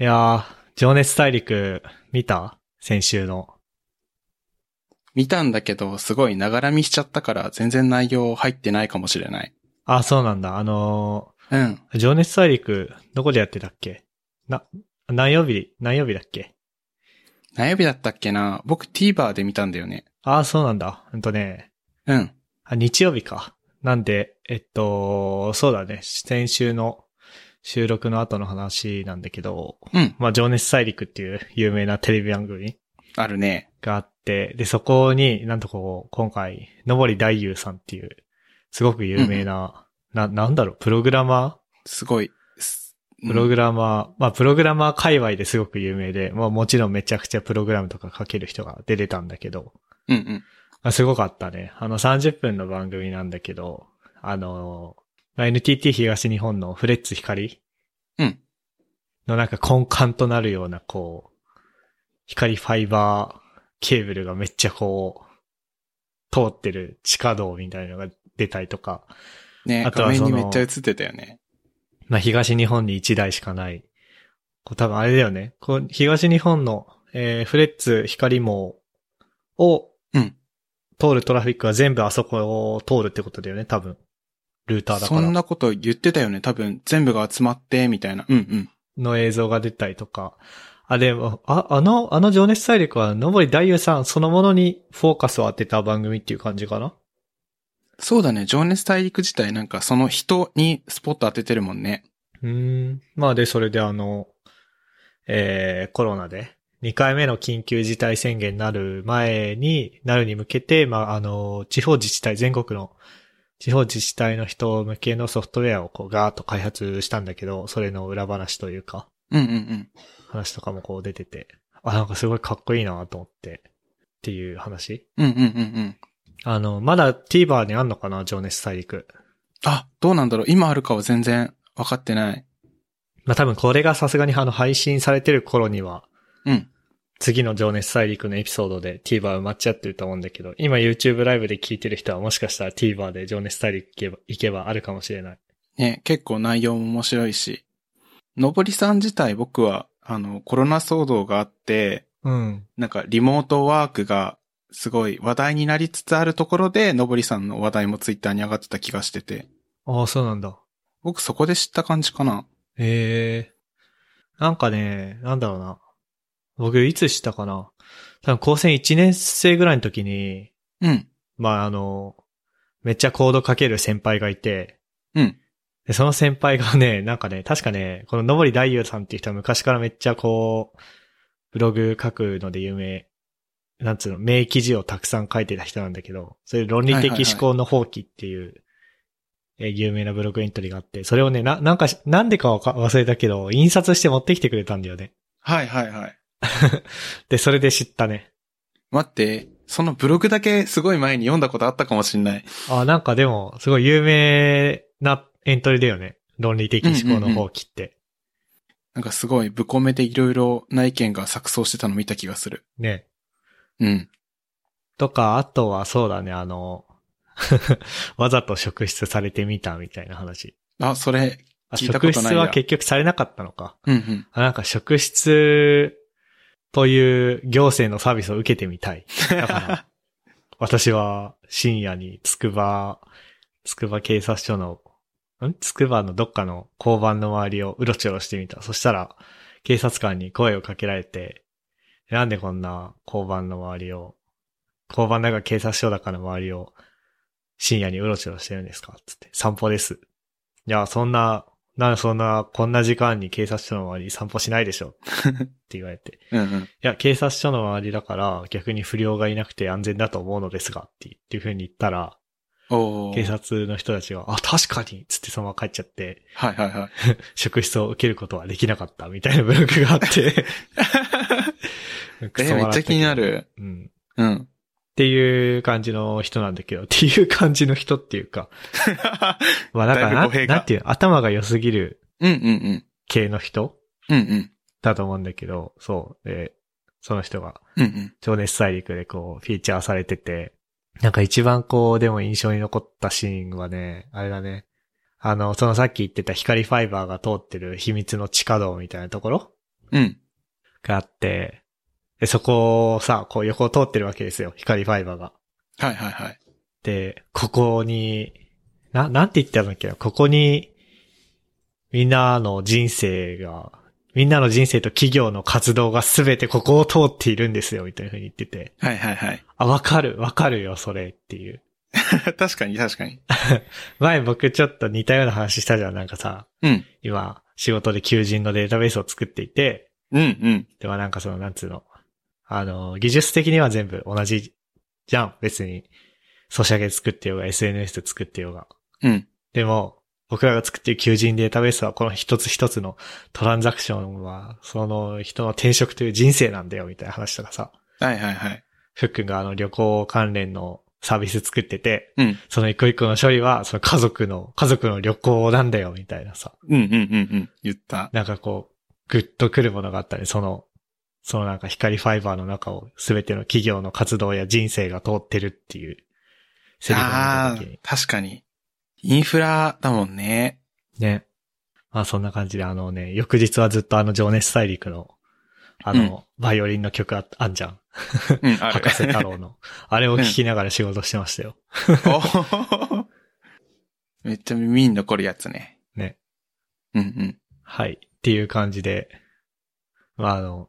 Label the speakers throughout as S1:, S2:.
S1: いやー、情熱大陸見た先週の。
S2: 見たんだけど、すごいながら見しちゃったから、全然内容入ってないかもしれない。
S1: あ、そうなんだ。あの
S2: うん。
S1: ー、情熱大陸、どこでやってたっけな、何曜日、何曜日だっけ
S2: 何曜日だったっけな僕 TVer で見たんだよね。
S1: あー、そうなんだ。ほんとね。
S2: うん。
S1: あ、日曜日か。なんで、えっと、そうだね。先週の収録の後の話なんだけど、
S2: うん。
S1: まあ、情熱大陸っていう有名なテレビ番組
S2: あるね。
S1: があって、で、そこに、なんとこう、今回、のぼり大優さんっていう、すごく有名な、な、なんだろう、プログラマ
S2: すごい。す
S1: ープロ
S2: うん
S1: グラマー、まあ、プログラマー界隈ですごく有名で、まあ、もちろんめちゃくちゃプログラムとか書ける人が出てたんだけど、
S2: うんうん。
S1: まあ、すごかったね。あの、30分の番組なんだけど、あの、まあ NTT 東日本のフレッツ光
S2: うん。
S1: のなんか根幹となるような、こう、光ファイバーケーブルがめっちゃこう、通ってる地下道みたいなのが出たりとか、
S2: ね
S1: あ、とは
S2: 画面に
S1: その
S2: めっちゃ映ってたよね。
S1: まあ、東日本に1台しかない。こう多分あれだよね。こう東日本の、えーフレッツ光網を、
S2: うん
S1: 通るトラフィックは全部あそこを通るってことだよね、多分。ルーターだか
S2: そ
S1: ら。
S2: んなこと言ってたよね。多分全部が集まって、みたいな。うんうん。
S1: の映像が出たりとか。あ、でも、あ、あの、あの情熱大陸は、のぼり大優さんそのものにフォーカスを当てた番組っていう感じかな
S2: そうだね。情熱大陸自体なんかその人にスポット当ててるもんね。
S1: うーん。まあで、それであの、えー、コロナで、2回目の緊急事態宣言になる前に、なるに向けて、まああの、地方自治体、全国の地方自治体の人向けのソフトウェアをこうガーッと開発したんだけど、それの裏話というか、
S2: うんうんうん。
S1: 話とかもこう出てて、あ、なんかすごいかっこいいなと思って、っていう話。
S2: うんうんうんうん。
S1: あの、まだ TVer にあんのかな情熱大陸。
S2: あ、どうなんだろう。今あるかは全然分かってない。
S1: まあ、多分これがさすがにあの配信されてる頃には、
S2: うん。
S1: 次の情熱大陸のエピソードで TVer 埋まっちゃってると思うんだけど、今 YouTube ライブで聞いてる人はもしかしたら TVer で情熱大陸行けば、行けばあるかもしれない。
S2: ね、結構内容も面白いし。のぼりさん自体僕は、あの、コロナ騒動があって、
S1: うん。
S2: なんかリモートワークがすごい話題になりつつあるところで、のぼりさんの話題もツイッターに上がってた気がしてて。
S1: ああ、そうなんだ。
S2: 僕そこで知った感じかな。
S1: ええなんかね、なんだろうな。僕いつしたかな。多分高専1年生ぐらいの時に、
S2: うん。
S1: まあ、あの、めっちゃコード書ける先輩がいて、
S2: うん。
S1: で、その先輩がね、なんかね、確かね、こののぼり大優さんっていう人は昔からめっちゃこう、ブログ書くので有名、なんつうの、名記事をたくさん書いてた人なんだけど、それ論理
S2: はいはい
S1: 的
S2: はい
S1: 思考の放棄っていう、え、有名なブログエントリーがあって、それをね、な、なんかし、なんでかわか忘れたけど、印刷して持ってきてくれたんだよね。
S2: はいはいはい。
S1: で、それで知ったね。
S2: 待って、そのブログだけすごい前に読んだことあったかもしんない。
S1: あ、なんかでも、すごい有名なエントリーだよね。論理的思考の放棄って。
S2: なんかすごいぶこめでいろいろな意見が錯綜してたの見た気がする。
S1: ね。
S2: うん。
S1: とか、あとはそうだね、あの、 わざと職質されてみたみたいな話。
S2: あ、それ、
S1: あ
S2: 聞いたこ
S1: 職
S2: とないや
S1: 質は結局されなかったのか。
S2: うんうん。
S1: あなんか職質という行政のサービスを受けてみたい。だから、私は深夜につくば、つくば警察署の、んつくばのどっかの交番の周りをうろちょろしてみた。そしたら、警察官に声をかけられて、なんでこんな交番の周りを、交番だか警察署だかの周りを深夜にうろちょろしてるんですかつって、散歩です。いや、そんな、なんそんな、こんな時間に警察署の周り散歩しないでしょ って言われて。
S2: うんうん。
S1: いや、警察署の周りだから逆に不良がいなくて安全だと思うのですが、ってっていう風に言ったら、
S2: おー
S1: 警察の人たちが、あ、確かにっつってそのまま帰っちゃって、
S2: はいはいはい。
S1: 職質を受けることはできなかったみたいなブログがあって。ク
S2: え、
S1: ソ
S2: め
S1: 笑
S2: っち
S1: たけど
S2: ゃ気にな。る。
S1: うん。
S2: うん。
S1: っていう感じの人なんだけど、っていう感じの人っていうか、まあなんか
S2: だいぶ
S1: な
S2: 語弊
S1: ん、
S2: が
S1: なんていうの、頭が良すぎる
S2: うんうんうん。
S1: 系の人
S2: うんうん。
S1: だと思うんだけど、そう。で、その人が
S2: うんうん。
S1: 情熱大陸でこう、フィーチャーされてて、なんか一番こう、でも印象に残ったシーンはね、あれだね。あの、そのさっき言ってた光ファイバーが通ってる秘密の地下道みたいなところ
S2: うん。
S1: があって、で、そこをさ、こう横を通ってるわけですよ。光ファイバーが。
S2: はいはいはい。
S1: で、ここに、な、なんて言ってたんだっけなここに、みんなの人生が、みんなの人生と企業の活動がすべてここを通っているんですよ、みたいな風に言ってて。
S2: はいはいはい。
S1: あ、わかる、わかるよ、それっていう。
S2: 確かに確かに。
S1: 前僕ちょっと似たような話したじゃん、なんかさ、
S2: うん。
S1: 今、仕事で求人のデータベースを作っていて、
S2: うんうん。
S1: でもなんかその、なんつうの。あの、技術的には全部同じじゃん。別に、ソシャゲ作ってようが、SNS で作ってようが。
S2: うん。
S1: でも、僕らが作っている求人データベースは、この一つ一つのトランザクションは、その人の転職という人生なんだよ、みたいな話とかさ。
S2: はいはいはい。
S1: ふっくんがあの旅行関連のサービス作ってて、
S2: うん。
S1: その一個一個の処理は、その家族の、家族の旅行なんだよ、みたいなさ。
S2: うんうんうんうん。言った。
S1: なんかこう、ぐっとくるものがあったり、その、そのなんか光ファイバーの中をすべての企業の活動や人生が通ってるっていうセリフが見
S2: ああ
S1: た時に
S2: ー、。確かに。インフラだもんね。
S1: ね。まあそんな感じであのね、翌日はずっとあの情熱大陸の、あの、バイオリンの曲ああんじゃん。
S2: うん、ある
S1: 博士太郎の。あれを聴きながら仕事してましたよ。
S2: おーめっちゃ耳に残るやつね。
S1: ね。
S2: うんうん。
S1: はい。っていう感じで、まああの、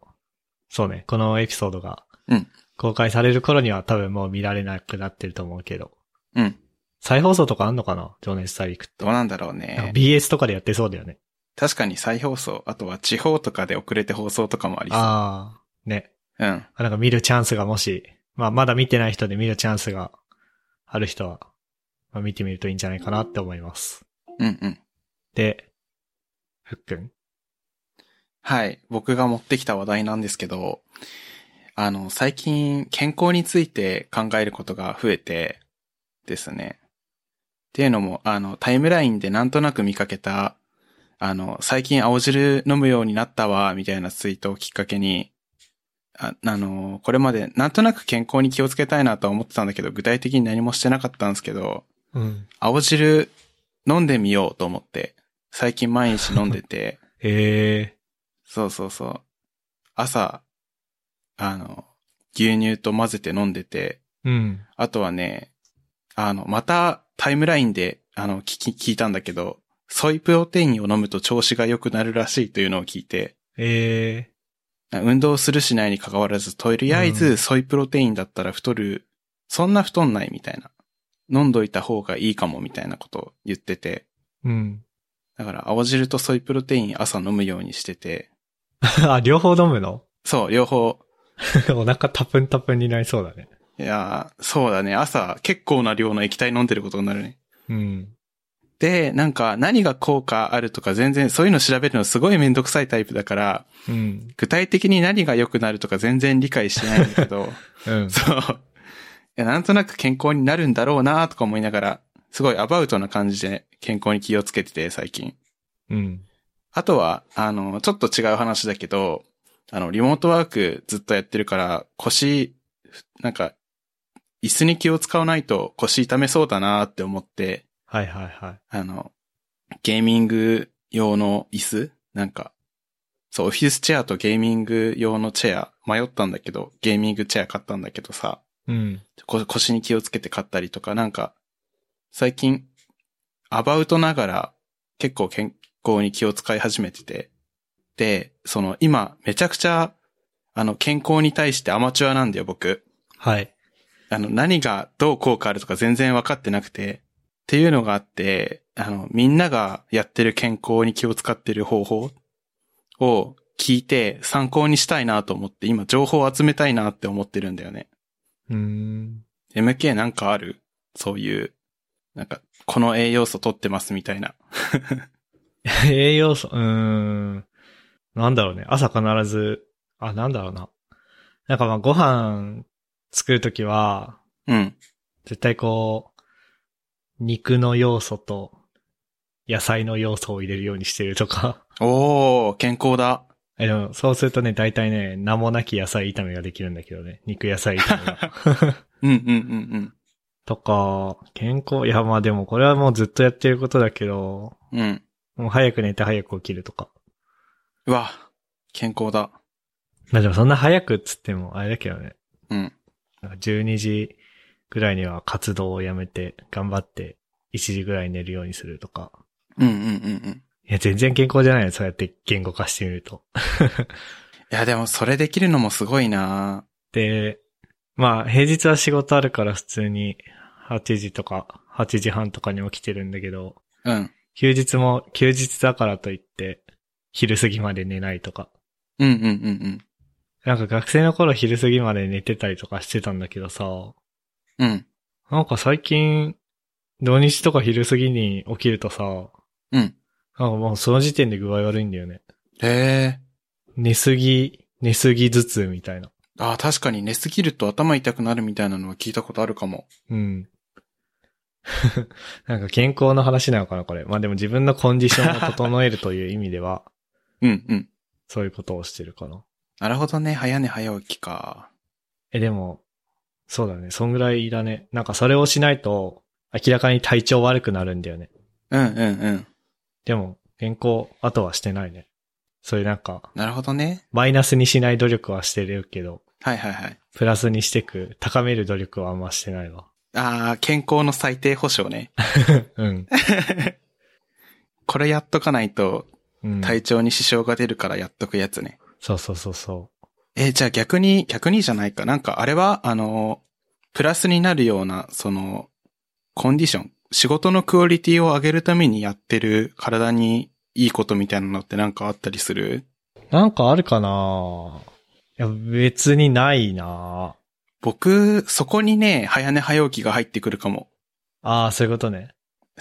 S1: そうね、このエピソードが
S2: うん、
S1: 公開される頃には多分もう見られなくなってると思うけど、
S2: うん。
S1: 再放送とかあんのかな情熱大陸って。
S2: どうなんだろう
S1: なんか
S2: ね。
S1: BS とかでやってそうだよね。
S2: 確かに再放送、あとは地方とかで遅れて放送とかもありそ
S1: ああ、ね。
S2: う。うん。
S1: なんか見るチャンスがもし、まあまだ見てない人で見るチャンスがある人は、まあ見てみるといいんじゃないかなって思います。
S2: うんうん。
S1: で、ふっくん。
S2: はい。僕が持ってきた話題なんですけど、あの、最近健康について考えることが増えてですね。っていうのも、あの、タイムラインでなんとなく見かけた、あの、最近青汁飲むようになったわ、みたいなツイートをきっかけに、ああの、これまでなんとなく健康に気をつけたいなとは思ってたんだけど、具体的に何もしてなかったんですけど、
S1: うん。
S2: 青汁飲んでみようと思って、最近毎日飲んでて、
S1: え
S2: そうそうそう。朝、あの、牛乳と混ぜて飲んでて、
S1: えうん。
S2: あとはね、あの、またタイムラインで、あの、聞き、聞いたんだけど、ソイプロテインを飲むと調子が良くなるらしいというのを聞いて、
S1: ええ
S2: 運動するしないに関わらず、とりあえ
S1: う
S2: ずソイプロテインだったら太る、そんな太んないみたいな。飲んどいた方がいいかもみたいなことを言ってて、
S1: うん。
S2: だから青汁とソイプロテイン朝飲むようにしてて、
S1: あ、両方飲むの
S2: そう、両方
S1: お腹タプンタプンになりそうだね。
S2: いやー、そうだね。朝、結構な量の液体飲んでることになるね。
S1: うん。
S2: で、なんか、何が効果あるとか全然、そういうの調べるのすごいめんどくさいタイプだから、
S1: うん。
S2: 具体的に何が良くなるとか全然理解してないんだけど、
S1: うん。
S2: そう。いや、なんとなく健康になるんだろうなとか思いながら、すごいアバウトな感じで健康に気をつけてて、最近。
S1: うん。
S2: あとは、あの、ちょっと違う話だけど、あの、リモートワークずっとやってるから、腰、なんか、椅子に気を使わないと腰痛めそうだなって思って、
S1: はいはいはい。
S2: あの、ゲーミング用の椅子なんか、そう、オフィスチェアとゲーミング用のチェア、迷ったんだけど、ゲーミングチェア買ったんだけどさ、
S1: うん。
S2: こ腰に気をつけて買ったりとか、なんか、最近、アバウトながら結構健康に気を使い始めてて、で、その今めちゃくちゃ、あの健康に対してアマチュアなんだよ、僕。
S1: はい。
S2: あの何がどう効果あるとか全然わかってなくて、っていうのがあって、あのみんながやってる健康に気を使ってる方法を聞いて参考にしたいなと思って、今情報を集めたいなって思ってるんだよね。
S1: うーん。
S2: MK なんかあるそういう、なんか、この栄養素取ってますみたいな。
S1: 栄養素、うーん。なんだろうね。朝必ず、あ、なんだろうな。なんかまあご飯作るときは、
S2: うん。
S1: 絶対こう、肉の要素と野菜の要素を入れるようにしてるとか。
S2: おー、健康だ。
S1: えでもそうするとね、大体ね、名もなき野菜炒めができるんだけどね。肉野菜炒めが。
S2: うんうんうん
S1: とか、健康、いやまあでもこれはもうずっとやってることだけど、
S2: うん。うん。
S1: もう早く寝て早く起きるとか。
S2: うわ、健康だ。
S1: まあでもそんな早くっつってもあれだけどね。
S2: うん。
S1: なんか12時ぐらいには活動をやめて頑張って1時ぐらい寝るようにするとか。
S2: うんうんうんうん。
S1: いや、全然健康じゃないよ。そうやって言語化してみると。
S2: いや、でもそれできるのもすごいな
S1: で、まあ平日は仕事あるから普通に8時とか8時半とかに起きてるんだけど、
S2: うん。
S1: 休日も休日だからといって昼過ぎまで寝ないとか。
S2: うんうんうんうん。
S1: なんか学生の頃昼過ぎまで寝てたりとかしてたんだけどさ、
S2: うん。
S1: なんか最近、土日とか昼過ぎに起きるとさ、
S2: うん。
S1: なんかもうその時点で具合悪いんだよね。
S2: へえ。
S1: 寝すぎ、寝すぎ頭痛みたいな。
S2: ああ、確かに寝すぎると頭痛くなるみたいなのは聞いたことあるかも。
S1: うん。 なんか健康の話なのかな、これ。まあでも自分のコンディションを整えるという意味では、
S2: うんうん。
S1: そういうことをしてるかな。
S2: なるほどね。早寝早起きか。
S1: え、でも、そうだね。そんぐらいだね。なんかそれをしないと、明らかに体調悪くなるんだよね。
S2: うんうんうん。
S1: でも、健康、あとはしてないね。そういうなんか、
S2: なるほどね。
S1: マイナスにしない努力はしてるけど、
S2: はいはいはい。
S1: プラスにしてく、高める努力はあんましてないわ。
S2: ああ、健康の最低保障ね。
S1: うん。
S2: これやっとかないと
S1: うん。
S2: 体調に支障が出るからやっとくやつね。
S1: そうそうそうそ
S2: えーじゃあ逆に、逆にじゃないか。なんかあれは、あの、プラスになるような、その、コンディション、仕事のクオリティを上げるためにやってる体にいいことみたいなのってなんかあったりする
S1: う。なんかあるかないや、別にないな
S2: 僕、そこにね、早寝早起きが入ってくるかも。
S1: ああ、そういうことね。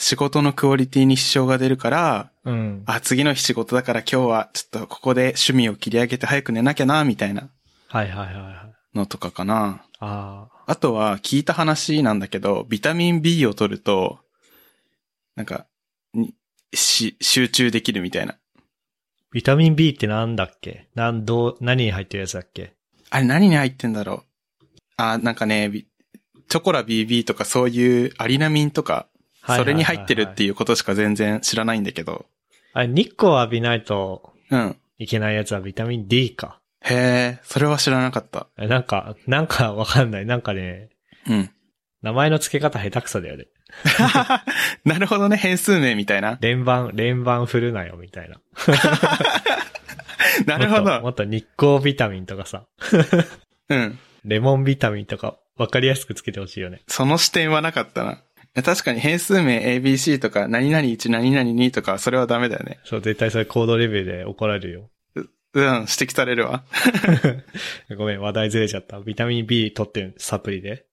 S2: 仕事のクオリティに支障が出るから、
S1: うん。
S2: あ、次の日仕事だから今日はちょっとここで趣味を切り上げて早く寝なきゃな、みたいな
S1: はいはいはいはい。
S2: のとかかな。
S1: ああ。
S2: あとは聞いた話なんだけど、ビタミン B を取ると、なんか、にし、集中できるみたいな。
S1: ビタミン B ってなんだっけなん、どう、何に入ってるやつだっけ
S2: あれ何に入ってんだろうあ、なんかね、ビチョコラ BB とかそういうアリナミンとか、それに入ってるって
S1: いう。
S2: いうことしか全然知らないんだけど。
S1: あれ、日光を浴びないと
S2: うん。
S1: いけないやつはビタミン D か。
S2: へえ、それは知らなかった。
S1: えなんか、なんかわかんない。なんかね、
S2: うん。
S1: 名前の付け方下手くそだよね。
S2: なるほどね、変数名みたいな。
S1: 連番、連番振るなよ、みたいな。
S2: なるほ
S1: もっとも
S2: ど。
S1: っと日光ビタミンとかさ、
S2: うん。
S1: レモンビタミンとか、わかりやすくつけてほしいよね。
S2: その視点はなかったな。え確かに変数名 ABC とか、何々1、何々2とか、それはダメだよね。
S1: そう、絶対それコードレビューで怒られるよ。
S2: うん、指摘されるわ。
S1: ごめん、話題ずれちゃった。ビタミン B 取ってる、サプリで。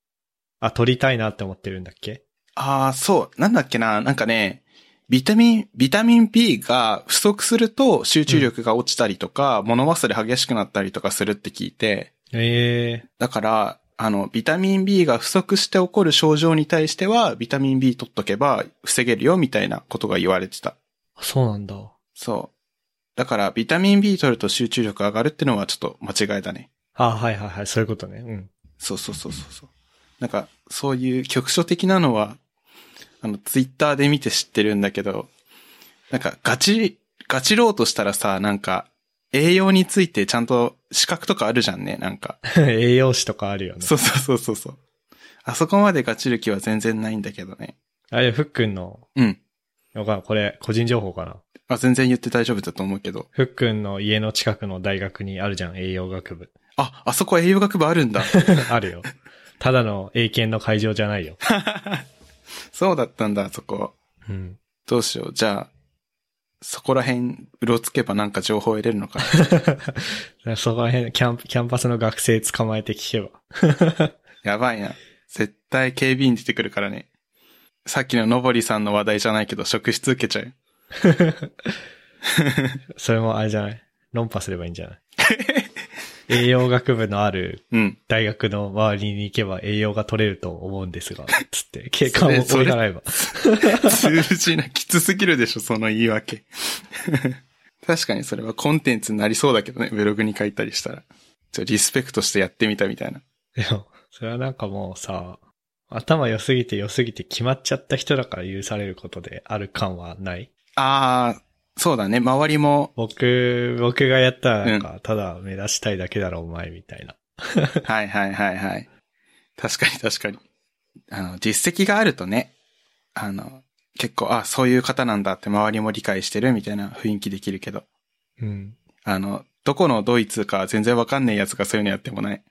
S1: あ、取りたいなって思ってるんだっけ
S2: ああ、そう。なんだっけな。なんかね、ビタミン、ビタミン B が不足すると集中力が落ちたりとか、物忘れ激しくなったりとかするって聞いて、
S1: ええ
S2: だから、あの、ビタミン B が不足して起こる症状に対しては、ビタミン B 取っとけば防げるよみたいなことが言われてた。
S1: そうなんだ。
S2: そう。だから、ビタミン B 取ると集中力上がるってのはちょっと間違いだね。
S1: あ、はいはいはい、そういうことね。うん。
S2: そうそうそうそうそう。なんか、そういう局所的なのは、あの、ツイッターで見て知ってるんだけど、なんか、ガチ、ガチろうとしたらさ、なんか、栄養についてちゃんと資格とかあるじゃんね、なんか。
S1: 栄養士とかあるよね。
S2: そうそうそうそうそう。あそこまでガチる気は全然ないんだけどね。
S1: あれ、ふっくんの、
S2: うん。
S1: わかんないこれ、個人情報かな。
S2: あ、全然言って大丈夫だと思うけど。
S1: ふっくんの家の近くの大学にあるじゃん、栄養学 部。
S2: あ、あそこ栄養学部あるんだ。
S1: あるよ。ただの英検の会場じゃないよ。
S2: そうだったんだ、あそこ。
S1: うん。
S2: どうしよう。じゃあ、そこら辺、うろつけばなんか情報を得れるのかな。
S1: そこら辺、キャンプ、キャンパスの学生捕まえて聞けば。
S2: やばいな。絶対警備員出てくるからね。さっきののぼりさんの話題じゃないけど、職質受けちゃう。
S1: それもあれじゃない論破すればいいんじゃない栄養学部のある
S2: うん。
S1: 大学の周りに行けば栄養が取れると思うんですが、つって、警官を追い
S2: それ
S1: 払えば。
S2: 通じな、きつすぎるでしょ、その言い訳。 確かにそれはコンテンツになりそうだけどね、ブログに書いたりしたら。ちょリスペクトしてやってみたみたいな。
S1: でも、それはなんかもうさ、頭良すぎて良すぎて決まっちゃった人だから許されることである感はない
S2: あー、そうだね、周りも、
S1: 僕、僕がやったらなんか、ただ目立ちたいだけだろ、お前みたいな。
S2: はいはいはいはい。確かに確かに。あの、実績があるとね、あの、結構、あ、そういう方なんだって周りも理解してるみたいな雰囲気できるけど、
S1: うん。
S2: あの、どこのドイツか全然わかんねえやつがそういうのやってもね、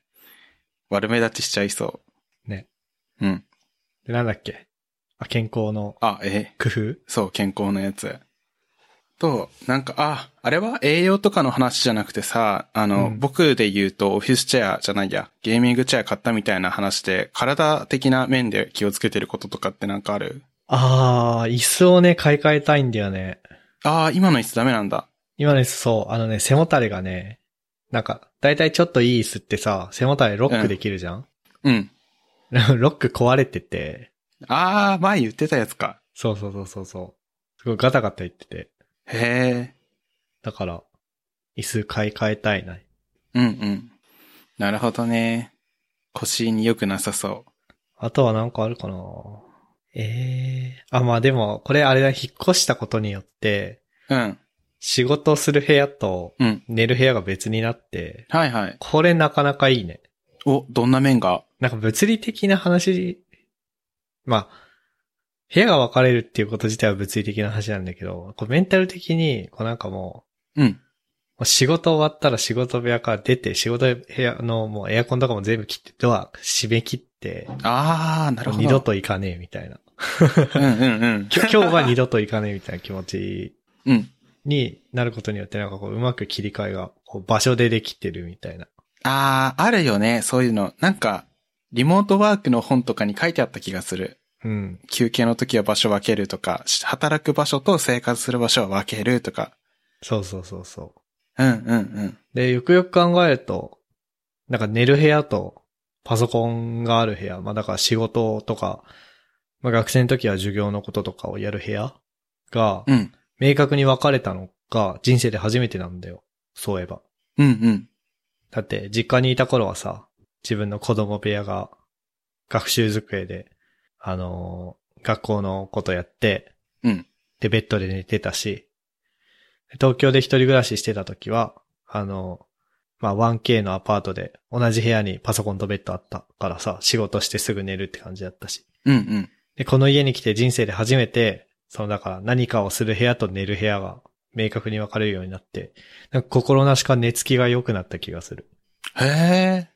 S2: 悪目立ちしちゃいそう。
S1: ね。
S2: うん。
S1: で、なんだっけあ、健康の
S2: あ、え、
S1: 工夫
S2: そう、健康のやつ。と、なんか、あ、あれは栄養とかの話じゃなくてさ、あの、
S1: うん
S2: 僕で言うとオフィスチェアじゃないや、ゲーミングチェア買ったみたいな話で、体的な面で気をつけてることとかってなんかある
S1: あー、椅子をね、買い替えたいんだよね。
S2: ああ、今の椅子ダメなんだ。
S1: 今ね、そう、あのね、背もたれがね、なんか、だいたいちょっといい椅子ってさ、背もたれロックできるじゃん、
S2: うん。
S1: ロック壊れてて、
S2: ああ、前言ってたやつか。
S1: そうそうそうそうそう。すごいガタガタ言ってて。
S2: へえ。
S1: だから、椅子買い替えたいな。
S2: うんうん。なるほどね。腰に良くなさそ
S1: あとはなんかあるかなええあ、まあでも、これあれだ、引っ越したことによって、
S2: う。うん。
S1: 仕事をする部屋と
S2: うん。
S1: 寝る部屋が別になって、
S2: はいはい。
S1: これなかなかいいね。
S2: お、どんな面が
S1: なんか物理的な話、まあ、部屋が分かれるっていうこと自体は物理的な話なんだけど、こうメンタル的に、こうなんかも
S2: うん。
S1: う、もう仕事終わったら仕事部屋から出て、仕事部屋のもうエアコンとかも全部切って、ドア閉め切って、
S2: ああ、なるほど。
S1: 二度。と行かねえみたいな。
S2: うんうんうん。
S1: きょ今日は二度と行かねえみたいな気持ち
S2: うん。
S1: になることによって、なんかこう、うまく切り替えが、こう、場所でできてるみたいな。
S2: ああ、あるよね、そういうの。なんか、リモートワークの本とかに書いてあった気がする。
S1: うん。
S2: 休憩の時は場所分けるとか、し働く場所と生活する場所は分けるとか。
S1: そうそうそうそ
S2: うんうんうん。
S1: う。で、よくよく考えると、なんか寝る部屋と、パソコンがある部屋、まあだから仕事とか、まあ学生の時は授業のこととかをやる部屋が、
S2: うん。
S1: 明確に分かれたのが人生で初めてなんだよ。そういえば。
S2: うんうん。
S1: だって、実家にいた頃はさ、自分の子供部屋が、学習机で、あのー学校のことやって、
S2: うん
S1: で、ベッドで寝てたし、東京で一人暮らししてた時は、あのーまあ、1K のアパートで、同じ部屋にパソコンとベッドあったからさ、仕事してすぐ寝るって感じだったし。
S2: うんうん。
S1: で、この家に来て人生で初めて、そのだから何かをする部屋と寝る部屋が明確に分かれるようになって、なんか心なしか寝つきが良くなった気がする。
S2: へえ。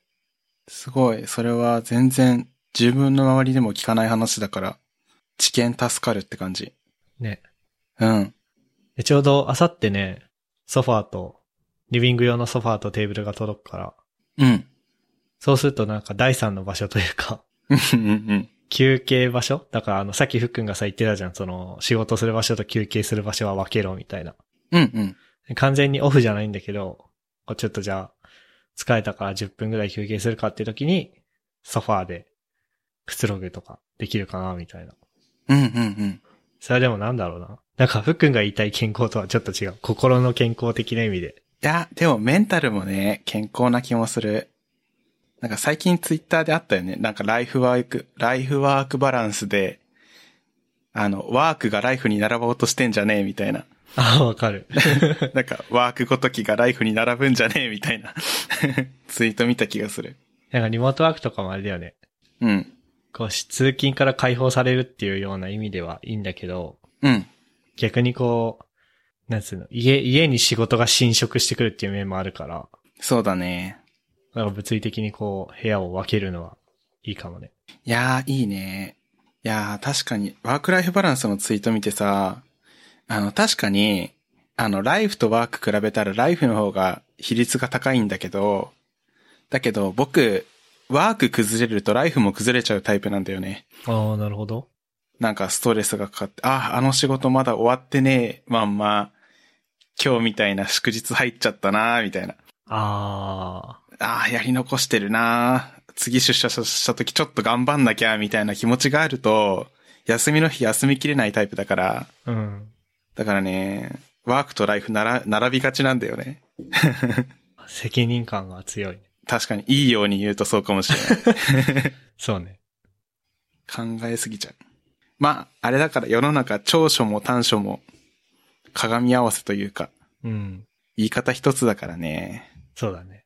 S2: すごい。それは全然自分の周りでも聞かない話だから、知見助かるって感じ。
S1: ね。
S2: うん。
S1: でちょうどあさってね、ソファーと、リビング用のソファーとテーブルが届くから、
S2: うん。
S1: そうするとなんか第三の場所というか、
S2: うんうん
S1: 休憩場所だからあの、さっきふっくんがさ言ってたじゃん、その、仕事する場所と休憩する場所は分けろみたいな。
S2: うん。うんうん。
S1: 完全にオフじゃないんだけど、こうちょっとじゃあ、疲れたから10分ぐらい休憩するかっていう時に、ソファーでくつろぐとかできるかな、みたいな。
S2: うんうんうん。
S1: それでもなんだろうな。なんか、ふっくんが言いたい健康とはちょっと違う。心の健康的な意味で。
S2: いや、でもメンタルもね、健康な気もする。なんか最近ツイッターであったよね。なんかライフワーク、ライフワークバランスで、あの、ワークがライフに並ぼうとしてんじゃねえみたいな。
S1: ああ、わかる。
S2: なんか、ワークごときがライフに並ぶんじゃねえみたいな。ツイート見た気がする。
S1: なんかリモートワークとかもあれだよね。
S2: うん。
S1: こうし、通勤から解放されるっていうような意味ではいいんだけど、
S2: うん。
S1: 逆にこう、なんつうの、家、家に仕事が侵食してくるっていう面もあるから、
S2: そうだね。
S1: なんか物理的にこう、部屋を分けるのはいいかもね。
S2: いやー、いいね。いやー、確かに、ワークライフバランスのツイート見てさ、あの、確かに、あの、ライフとワーク比べたらライフの方が比率が高いんだけど、だけど僕、ワーク崩れるとライフも崩れちゃうタイプなんだよね。
S1: ああ、なるほど。
S2: なんかストレスがかかって、あ、あの仕事まだ終わってねえまんま、今日みたいな祝日入っちゃったなみたいな。
S1: ああ、
S2: ああ、やり残してるなー次出社した時ちょっと頑張んなきゃ、みたいな気持ちがあると、休みの日休みきれないタイプだから、
S1: うん。
S2: だからね、ワークとライフなら、並びがちなんだよね。
S1: 責任感が強いね。
S2: 確かに、いいように言うとそうかもしれない。
S1: そうね。
S2: 考えすぎちゃう。まあ、あれだから世の中長所も短所も鏡合わせというか、
S1: うん。
S2: 言い方一つだからね。
S1: そうだね。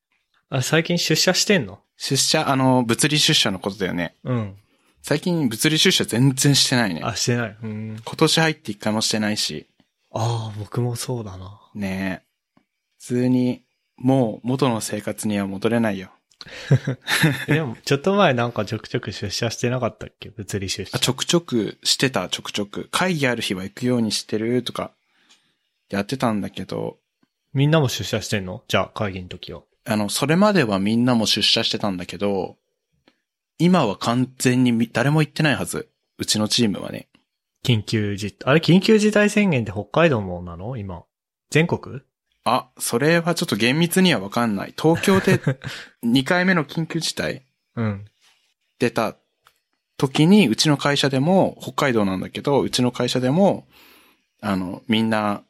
S1: あ、最近出社してんの
S2: 出社、あの、物理出社のことだよね。
S1: うん。
S2: 最近物理出社全然してないね。
S1: あ、してない。うん。
S2: 今年入って一回もしてないし、
S1: ああ、僕もそうだな。
S2: ねえ。普通に、もう元の生活には戻れないよ。
S1: え でも、ちょっと前なんかちょくちょく出社してなかったっけ物理出社
S2: あ。ちょくちょくしてた、ちょくちょく。会議ある日は行くようにしてるとか、やってたんだけど、
S1: みんなも出社してんのじゃあ、会議の時は。
S2: あの、それまではみんなも出社してたんだけど、今は完全にみ誰も行ってないはず。うちのチームはね。
S1: 緊急事、あれ、緊急事態宣言って北海道もなの今。全国
S2: あ、それはちょっと厳密にはわかんない。東京 で2回目の緊急事態
S1: うん。
S2: 出た時に、うちの会社でも、北海道なんだけど、うちの会社でも、あの、みんな、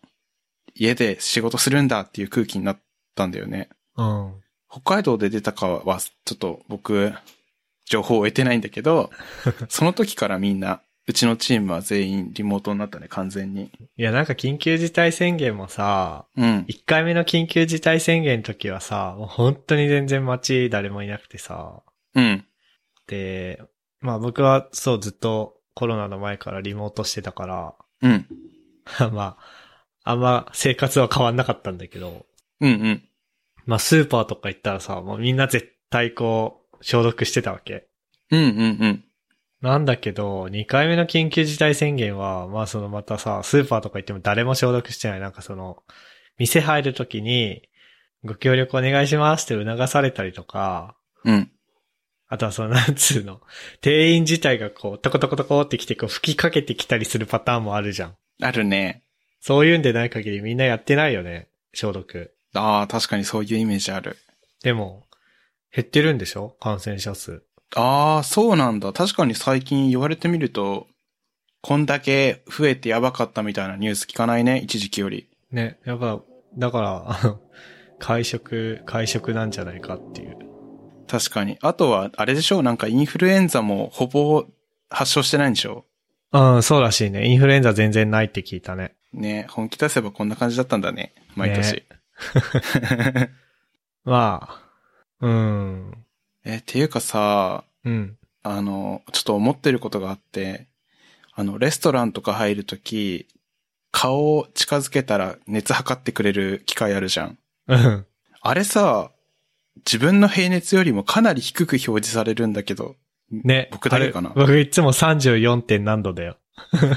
S2: 家で仕事するんだっていう空気になったんだよね。
S1: うん。
S2: 北海道で出たかは、ちょっと僕、情報を得てないんだけど、その時からみんな、うちのチームは全員リモートになったね、完全に。
S1: いや、なんか緊急事態宣言もさ、
S2: うん。
S1: 1回目の緊急事態宣言の時はさ、もう本当に全然街誰もいなくてさ、
S2: うん。
S1: で、まあ僕はそうずっとコロナの前からリモートしてたから、
S2: うん。
S1: まあ、あんま生活は変わんなかったんだけど、
S2: うんうん。
S1: まあスーパーとか行ったらさ、もうみんな絶対こう消毒してたわけ。
S2: うんうんうん。
S1: なんだけど、2回目の緊急事態宣言は、まあそのまたさ、スーパーとか行っても誰も消毒してない。なんかその、店入るときに、ご協力お願いしますって促されたりとか、
S2: うん。
S1: あとはその、なんつうの、店員自体がこう、トコトコトコって来て、こう、吹きかけてきたりするパターンもあるじゃん。
S2: あるね。
S1: そういうんでない限りみんなやってないよね、消毒。
S2: ああ、確かにそういうイメージある。
S1: でも、減ってるんでしょ感染者数。
S2: ああ、そうなんだ。確かに最近言われてみると、こんだけ増えてやばかったみたいなニュース聞かないね、一時期より。
S1: ね、やっぱ、だから、 あの会食、会食なんじゃないかっていう。
S2: 確かに。あとは、あれでしょなんかインフルエンザもほぼ発症してないんでしょ
S1: うん、そうらしいね。インフルエンザ全然ないって聞いたね。
S2: ね本気出せばこんな感じだったんだね。毎年。
S1: ねまあ、うん、
S2: え、っていうかさ、
S1: うん、
S2: あの、ちょっと思ってることがあって、あの、レストランとか入るとき、顔を近づけたら熱測ってくれる機械あるじゃん。
S1: うん。
S2: あれさ、自分の平熱よりもかなり低く表示されるんだけど。
S1: ね。
S2: 僕だけかな
S1: あれ僕いつも 34. 点何度だよ。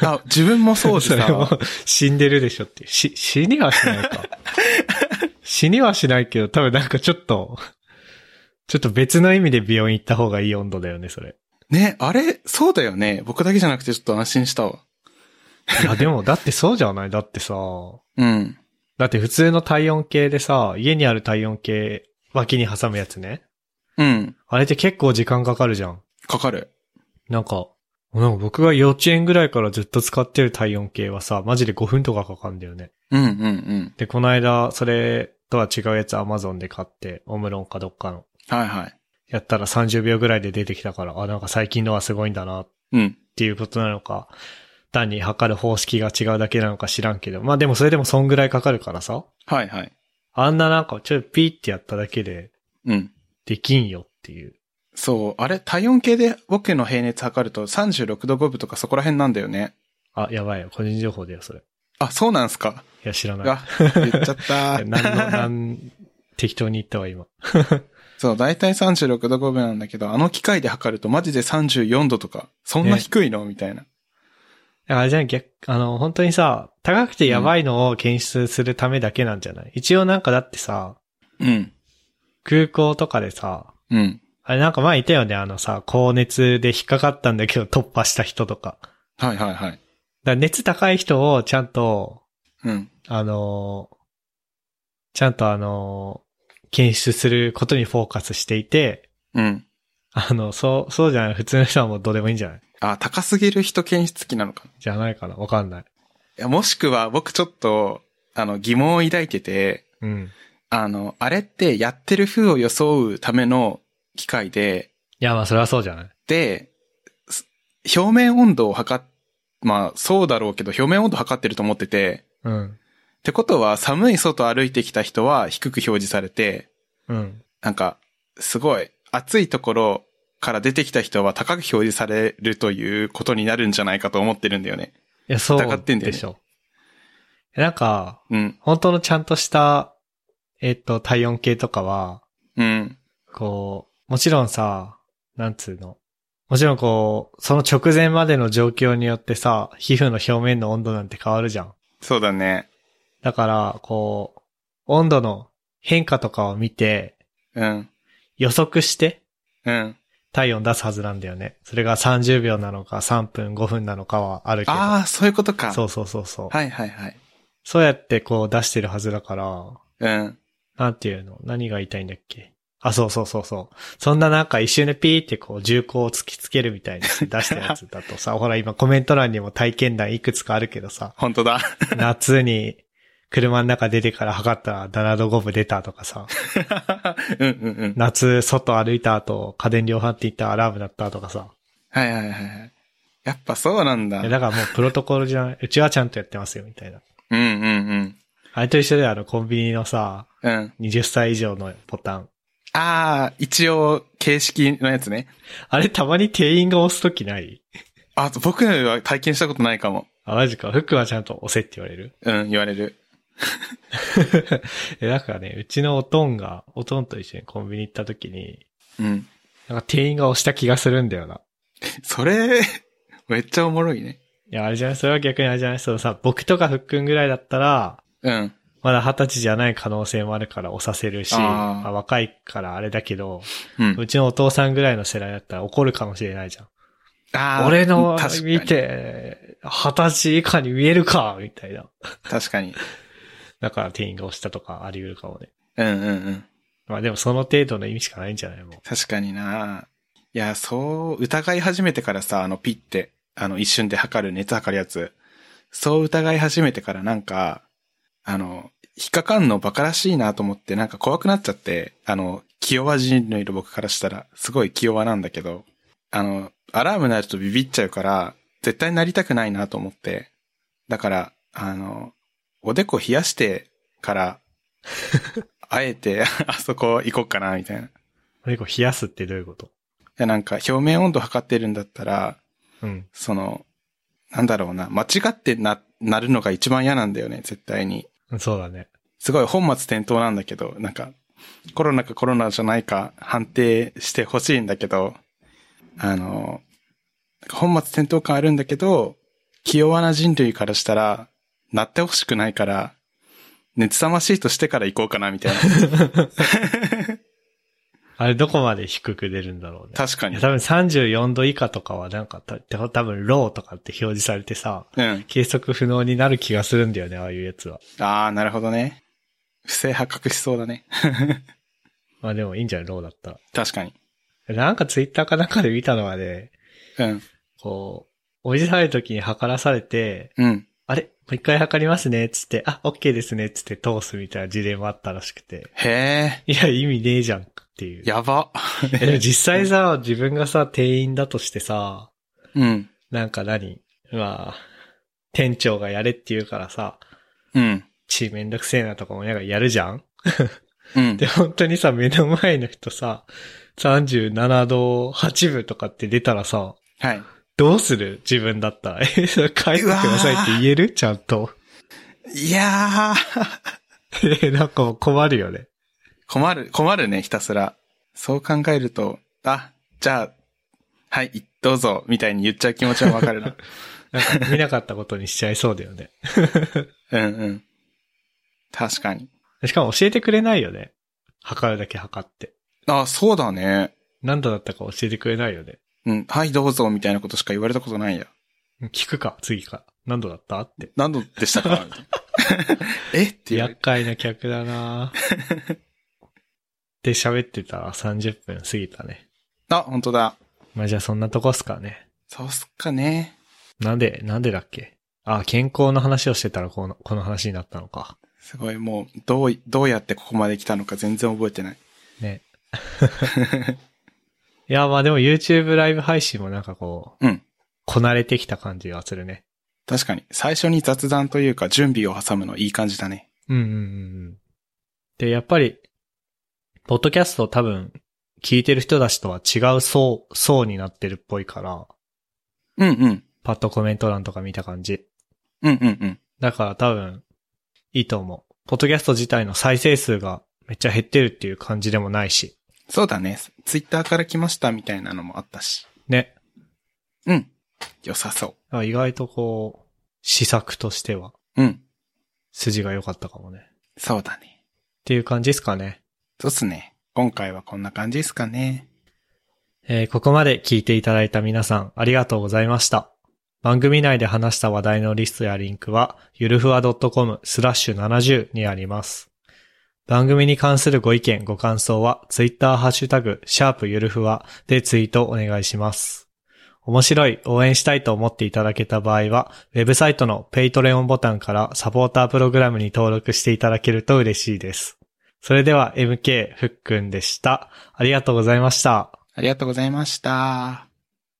S2: あ、自分もそう で
S1: それも
S2: さ。
S1: 死んでるでしょっていう。し、死にはしない か。死にはしないけど、多分なんかちょっと、ちょっと別の意味で美容院行った方がいい温度だよね、それ。
S2: ね、あれ、そうだよね。僕だけじゃなくてちょっと安心したわ。
S1: いや、でも、だってそうじゃないだってさ、
S2: うん。
S1: だって普通の体温計でさ、家にある体温計、脇に挟むやつね。
S2: うん。
S1: あれって結構時間かかるじゃん。
S2: かかる。
S1: なんか、なんか僕が幼稚園ぐらいからずっと使ってる体温計はさ、マジで5分とかかかるんだよね。
S2: うんうんうん。
S1: で、この間、それとは違うやつ Amazon で買って、オムロンかどっかの。
S2: はいはい。
S1: やったら30秒ぐらいで出てきたから、あ、なんか最近のはすごいんだな、っ
S2: うん。
S1: ていうことなのか、単に測る方式が違うだけなのか知らんけど、まあでもそれでもそんぐらいかかるからさ、
S2: はいはい。
S1: あんななんかちょいピーってやっただけで
S2: うん。
S1: できんよっていう。
S2: そう。あれ、体温計で僕の平熱測ると36度5分とかそこら辺なんだよね。
S1: あ、やばいよ、個人情報だよ、それ。い
S2: あ、そうなんすか。
S1: や、知らない。
S2: あ、言っちゃっ
S1: い
S2: た
S1: や。なんの、なん、適当に言ったわ、今。
S2: そう、だいたい36度5分なんだけど、あの機械で測るとマジで34度とか、そんな低いの、みたいな。
S1: だからじゃあ逆、あの、本当にさ、高くてやばいのを検出するためだけなんじゃない、一応なんかだってさ、
S2: うん。
S1: 空港とかでさ、
S2: うん。
S1: あれなんか前いたよね、あのさ、高熱で引っかかったんだけど突破した人とか。だか
S2: はいはいはい。
S1: ら熱高い人をちゃんと、
S2: うん。
S1: あのーちゃんとあのー検出することにフォーカスしていて、
S2: うん。
S1: あの、そう、そうじゃない、普通の人はもうどうでもいいんじゃない
S2: あ、高すぎる人検出器なのかな。い
S1: じゃないかなわかんない。
S2: や、もしくは僕ちょっと、あの、疑問を抱いてて、
S1: うん。
S2: あの、あれってやってる風を装うための機械で、
S1: いや、まあそれはそうじゃない
S2: で、す表面温度を測っ、まあそうだろうけど、表面温度測ってると思ってて、
S1: うん。
S2: ってことは、寒い外歩いてきた人は低く表示されて、
S1: うん。
S2: なんか、すごい、暑いところから出てきた人は高く表示されるということになるんじゃないかと思ってるんだよね。
S1: いや、そう
S2: 戦ってんだよね
S1: でしょ。なんか、
S2: うん、
S1: 本当のちゃんとした、えっと、体温計とかは、
S2: うん、
S1: こう、もちろんさ、なんつうの。もちろんこう、その直前までの状況によってさ、皮膚の表面の温度なんて変わるじゃん。
S2: そうだね。
S1: だから、こう、温度の変化とかを見て、
S2: うん、
S1: 予測して
S2: うん。
S1: 体温出すはずなんだよね。それが30秒なのか3分5分なのかはあるけど。
S2: ああ、そういうことか。
S1: そうそうそうそう。
S2: はいはいはい。
S1: そうやってこう出してるはずだから、
S2: うん、
S1: なんていうの何が言いたいんだっけあ、そうそうそうそう。そんななんか一瞬でピーってこう銃口を突きつけるみたいな出したやつだとさ、ほら今コメント欄にも体験談いくつかあるけどさ、
S2: 本当だ。
S1: 夏に車の中出てから測ったら7度5分出たとかさ、
S2: うん、うん、うん。
S1: 夏外歩いた後家電量販店行ったらアラームだったとかさ、
S2: はいはいはいはい。やっぱそうなんだ。
S1: いやだからもうプロトコルじゃない、うちはちゃんとやってますよみたいな。
S2: うん、うん、
S1: あれと一緒であのコンビニのさ、
S2: うん。うん。
S1: 20歳以上のボタン。
S2: ああ、一応、形式のやつね。
S1: あれたまに店員が押すときない
S2: あ、僕は体験したことないかも。
S1: あ、マジか。服はちゃんと押せって言われる
S2: うん、言われる。
S1: え、なんかね、うちのおとんが、おとんと一緒にコンビニ行った時に、
S2: うん。
S1: なんか店員が押した気がするんだよな。
S2: それ、 めっちゃおもろいね。
S1: いや、あれじゃないそれは逆にあれじゃないそのさ、僕とかふっくんぐらいだったら、
S2: うん。
S1: まだ二十歳じゃない可能性もあるから押させるし、
S2: あー
S1: まあ、若いからあれだけど、
S2: うん。
S1: うちのお父さんぐらいの世代だったら怒るかもしれないじゃん。
S2: あー
S1: 俺の
S2: 確かに
S1: 見て、二十歳以下に見えるかみたいな。
S2: 確かに。
S1: だから店員が押したとかあり得るかもね。
S2: うんうんうん。
S1: まあでもその程度の意味しかないんじゃないもう。
S2: 確かにな。いや、そう、疑い始めてからさ、あの、ピッて、あの、一瞬で測る、熱測るやつ。そう疑い始めてからなんか、あの、引っかかんのバカらしいなと思って、なんか怖くなっちゃって、あの、気弱人類の僕からしたら、すごい気弱なんだけど、あの、アラーム鳴るとビビっちゃうから、絶対なりたくないなと思って、だから、あの、おでこ冷やしてから、あえて、あそこ行こうかな、みたいな。
S1: 結構冷やすってどういうこと
S2: いや、なんか表面温度測ってるんだったら、
S1: うん。
S2: その、なんだろうな、間違ってな、なるのが一番嫌なんだよね、絶対に。
S1: そうだね。
S2: すごい本末転倒なんだけど、なんか、コロナかコロナじゃないか判定してほしいんだけど、あの、本末転倒感あるんだけど、気弱な人類からしたら、なってほしくないから、熱さましいとしてから行こうかな、みたいな。
S1: あれどこまで低く出るんだろうね。
S2: 確か
S1: い
S2: に
S1: や。多分34度以下とかはなんかた、た多分ローとかって表示されてさ、
S2: うん。
S1: 計測不能になる気がするんだよね、ああいうやつは。
S2: ああ、なるほどね。不正発覚しそうだね。
S1: まあでもいいんじゃないローだったら。
S2: 確かに。
S1: なんかツイッターかなんかで見たのはね、
S2: うん。
S1: こう、おじさんの時に測らされて、
S2: うん。
S1: あれもう一回測りますねっつって、あ、OK ですねっつって通すみたいな事例もあったらしくて。
S2: へ
S1: いや、意味ねえじゃんっていう。
S2: え、やば。
S1: えでも実際さ、自分がさ、店員だとしてさ、
S2: うん。
S1: なんか何まあ、店長がやれって言うからさ、
S2: うん。
S1: ち、めんどくせえなとか思いながらやるじゃん
S2: うん
S1: で、。本当にさ、目の前の人さ、37度8分とかって出たらさ、
S2: はい。ど
S1: どうする自分だったら。 え、それ帰ってくださいって言えるちゃんと。
S2: いやー、
S1: え、なんかもう困るよね。
S2: 困る、困るね、ひたすら。そう考えると、あ、じゃあ、はい、どうぞ、みたいに言っちゃう気持ちはわかる な。
S1: なんか見なかったことにしちゃいそうだよね。
S2: うんうん。確かに。
S1: しかも教えてくれないよね。測るだけ測って。
S2: あ、そうだね。
S1: 何度だったか教えてくれないよね。
S2: うん、はい、どうぞ、みたいなことしか言われたことないや。
S1: 聞くか、次か。何度だったって。
S2: 何度でした かみたいなえっていう。
S1: 厄介な客だ なで、喋ってたら30分過ぎたね。
S2: あ、本当だ。
S1: まあ、じゃあそんなとこっすかね。
S2: そうっすかね。
S1: なんで、なんでだっけあ、健康の話をしてたらこの、この話になったのか。
S2: すごい、もう、どうい、どうやってここまで来たのか全然覚えてない。
S1: ね。いや、まあでも YouTube ライブ配信もなんかこう、
S2: うん
S1: こなれてきた感じはするね。
S2: 確かに、最初に雑談というか準備を挟むのいい感じだね。
S1: うんうんうんうん。で、やっぱり、ポッドキャスト多分、聞いてる人たちとは違う層、層になってるっぽいから、
S2: うんうん。
S1: パッとコメント欄とか見た感じ。
S2: うんうんうん。
S1: だから多分、いいと思う。ポッドキャスト自体の再生数がめっちゃ減ってるっていう感じでもないし。
S2: そうだね。ツイッターから来ましたみたいなのもあったし。
S1: ね。
S2: うん。良さそ
S1: だから意外とこう、試作としては、
S2: う。うん。
S1: 筋が良かったかもね。っ
S2: そうだね。
S1: ていう感じですかね。
S2: そうっすね。今回はこんな感じですかね。
S1: えーここまで聞いていただいた皆さんありがとうございました。番組内で話した話題のリストやリンクは、ゆるふわ .com スラッシュ70にあります。番組に関するご意見、ご感想は、ツイッターハッシュタグ、シャープゆるふわでツイートお願いします。面白い、応援したいと思っていただけた場合は、ウェブサイトのペイトレオンボタンからサポータープログラムに登録していただけると嬉しいです。それでは MK ふっくんでした。ありがとうございました。
S2: ありがとうございました。